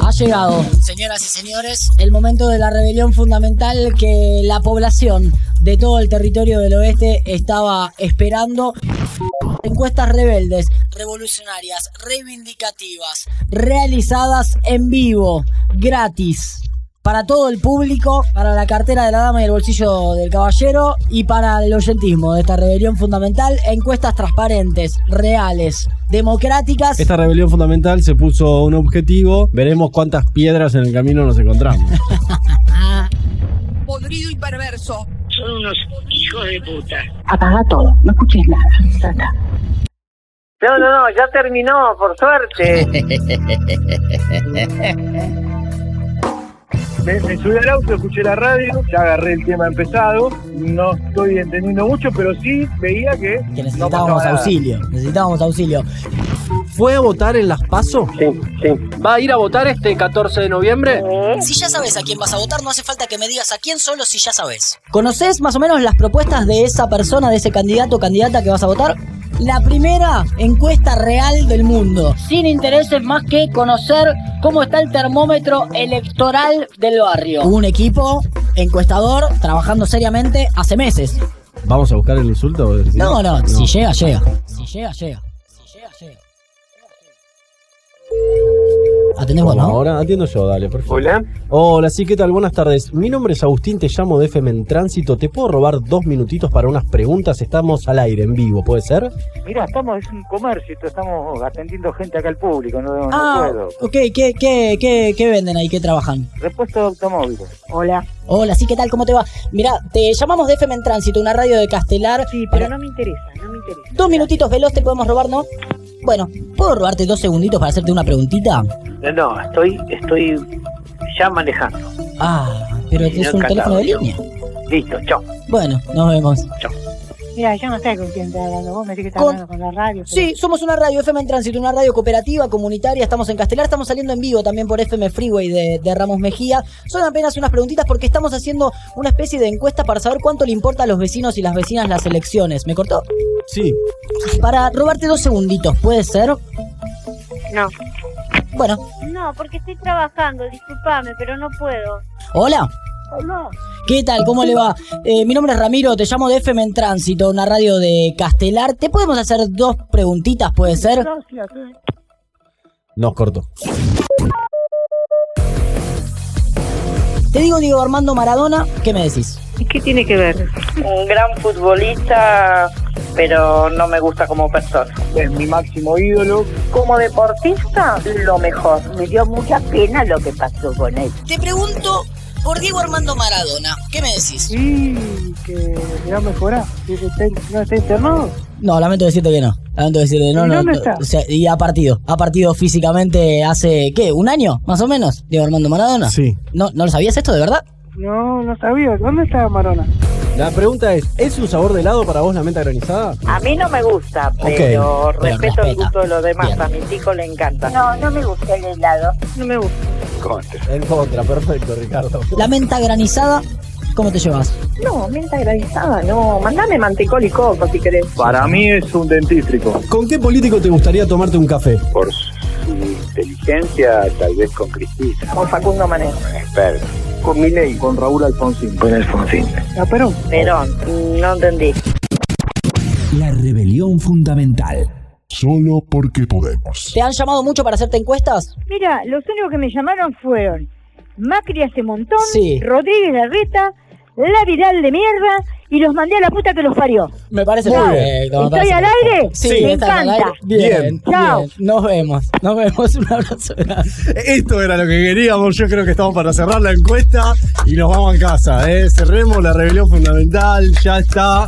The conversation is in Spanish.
Ha llegado, señoras y señores, el momento de la rebelión fundamental que la población de todo el territorio del oeste estaba esperando. Encuestas rebeldes, revolucionarias, reivindicativas, realizadas en vivo, gratis, para todo el público, para la cartera de la dama y el bolsillo del caballero y para el oyentismo de esta rebelión fundamental. Encuestas transparentes, reales, democráticas. Esta rebelión fundamental se puso un objetivo. Veremos cuántas piedras en el camino nos encontramos. podrido y perverso. Son unos hijos de puta. Apaga todo, no escuches nada. Ya está. No, no, no, ya terminó, por suerte. Me, me subí al auto, escuché la radio, ya agarré el tema empezado. No estoy entendiendo mucho, pero sí veía que. Que no pasaba necesitábamos nada. auxilio, necesitábamos auxilio. ¿Fue a votar en las PASO? Sí, sí. ¿Va a ir a votar este 14 de noviembre? Si ya sabes a quién vas a votar, no hace falta que me digas a quién solo si ya sabes. ¿Conoces más o menos las propuestas de esa persona, de ese candidato o candidata que vas a votar? La primera encuesta real del mundo. Sin intereses más que conocer cómo está el termómetro electoral del barrio. Un equipo encuestador trabajando seriamente hace meses. ¿Vamos a buscar el insulto? o decir? No, no, si llega, llega. Si llega, llega. Si llega, llega. Atendés vos, Bueno, ¿no? ahora atiendo yo, dale, perfecto. Hola. Hola, sí, ¿qué tal? Buenas tardes. Mi nombre es Agustín, te llamo de FM en Tránsito. ¿Te puedo robar dos minutitos para unas preguntas? Estamos al aire, en vivo, ¿puede ser? Mirá, estamos, es un comercio, estamos atendiendo gente acá al público, no, no Ah, puedo. ok, ¿qué, qué, qué, qué venden ahí? ¿Qué trabajan? Repuesto de automóviles. Hola. Hola, sí, ¿qué tal? ¿Cómo te va? Mirá, te llamamos de FM en Tránsito, una radio de Castelar. Sí, pero no me interesa, no me interesa. Dos minutitos veloz te podemos robar, ¿no? Bueno, ¿puedo robarte dos segunditos para hacerte una preguntita? No, no, estoy, estoy ya manejando. Ah, pero Sí, es un teléfono encantado, de yo. línea. Listo, chao. Bueno, nos vemos. Mira, yo no sé con quién estás hablando. Vos me decís que estás Con- hablando con la radio. pero- Sí, somos una radio FM en Tránsito, una radio cooperativa, comunitaria. Estamos en Castelar, estamos saliendo en vivo también por FM Freeway de, de Ramos Mejía. Son apenas unas preguntitas porque estamos haciendo una especie de encuesta para saber cuánto le importa a los vecinos y las vecinas las elecciones. ¿Me cortó? Sí. Para robarte dos segunditos, ¿puede ser? No. Bueno, No, porque estoy trabajando, discúlpame, pero no puedo. hola. Oh, Hola. ¿Qué tal? ¿Cómo le va? Eh, mi nombre es Ramiro, te llamo de FM en Tránsito, una radio de Castelar. ¿Te podemos hacer dos preguntitas, puede ser? Nos cortó. Te digo Diego Armando Maradona, ¿qué me decís? ¿Y qué tiene que ver? un gran futbolista, pero no me gusta como persona. Es mi máximo ídolo. Como deportista, lo mejor. Me dio mucha pena lo que pasó con él. Te pregunto por Diego Armando Maradona, ¿qué me decís? Y que va a mejorar. Que está- no está internado. No, lamento decirte que no. Lamento decirte que no, ¿Y no. dónde no, está? o sea, y ha partido. Ha partido físicamente hace, ¿qué? ¿Un año? ¿Más o menos? Diego Armando Ah. Maradona. Sí. ¿No, ¿No lo sabías esto de verdad? No, no sabía. ¿Dónde está Marona? La pregunta es, ¿es un sabor de helado para vos la menta granizada? A mí no me gusta, Ok, pero pero respeto el respeta. gusto de los demás. Bien. A mis hijos le encanta. No, no me gusta el helado. No me gusta. En contra, perfecto, Ricardo. La menta granizada, ¿cómo te llevas? No, menta granizada, no. Mandame mantecol y coco si querés. Para mí es un dentífrico. ¿Con qué político te gustaría tomarte un café? Por su inteligencia, tal vez con Cristina. Con Facundo Manero. Experto. Con Milei. Con Raúl Alfonsín. Con Alfonsín. Ah, pero Perón, no entendí. La rebelión fundamental. Solo porque podemos. ¿Te han llamado mucho para hacerte encuestas? Mira, los únicos que me llamaron fueron Macri hace montón, Sí. Rodríguez Larreta, la viral de mierda y los mandé a la puta que los parió. Me parece Muy bien. perfecto, me ¿Estoy parece al perfecto. aire? Sí, Me estás al encanta. aire. Bien, bien. Chao. Nos vemos. Nos vemos. Un abrazo grande. Esto era lo que queríamos. Yo creo que estamos para cerrar la encuesta y nos vamos a casa. ¿eh? Cerremos la rebelión fundamental. Ya está.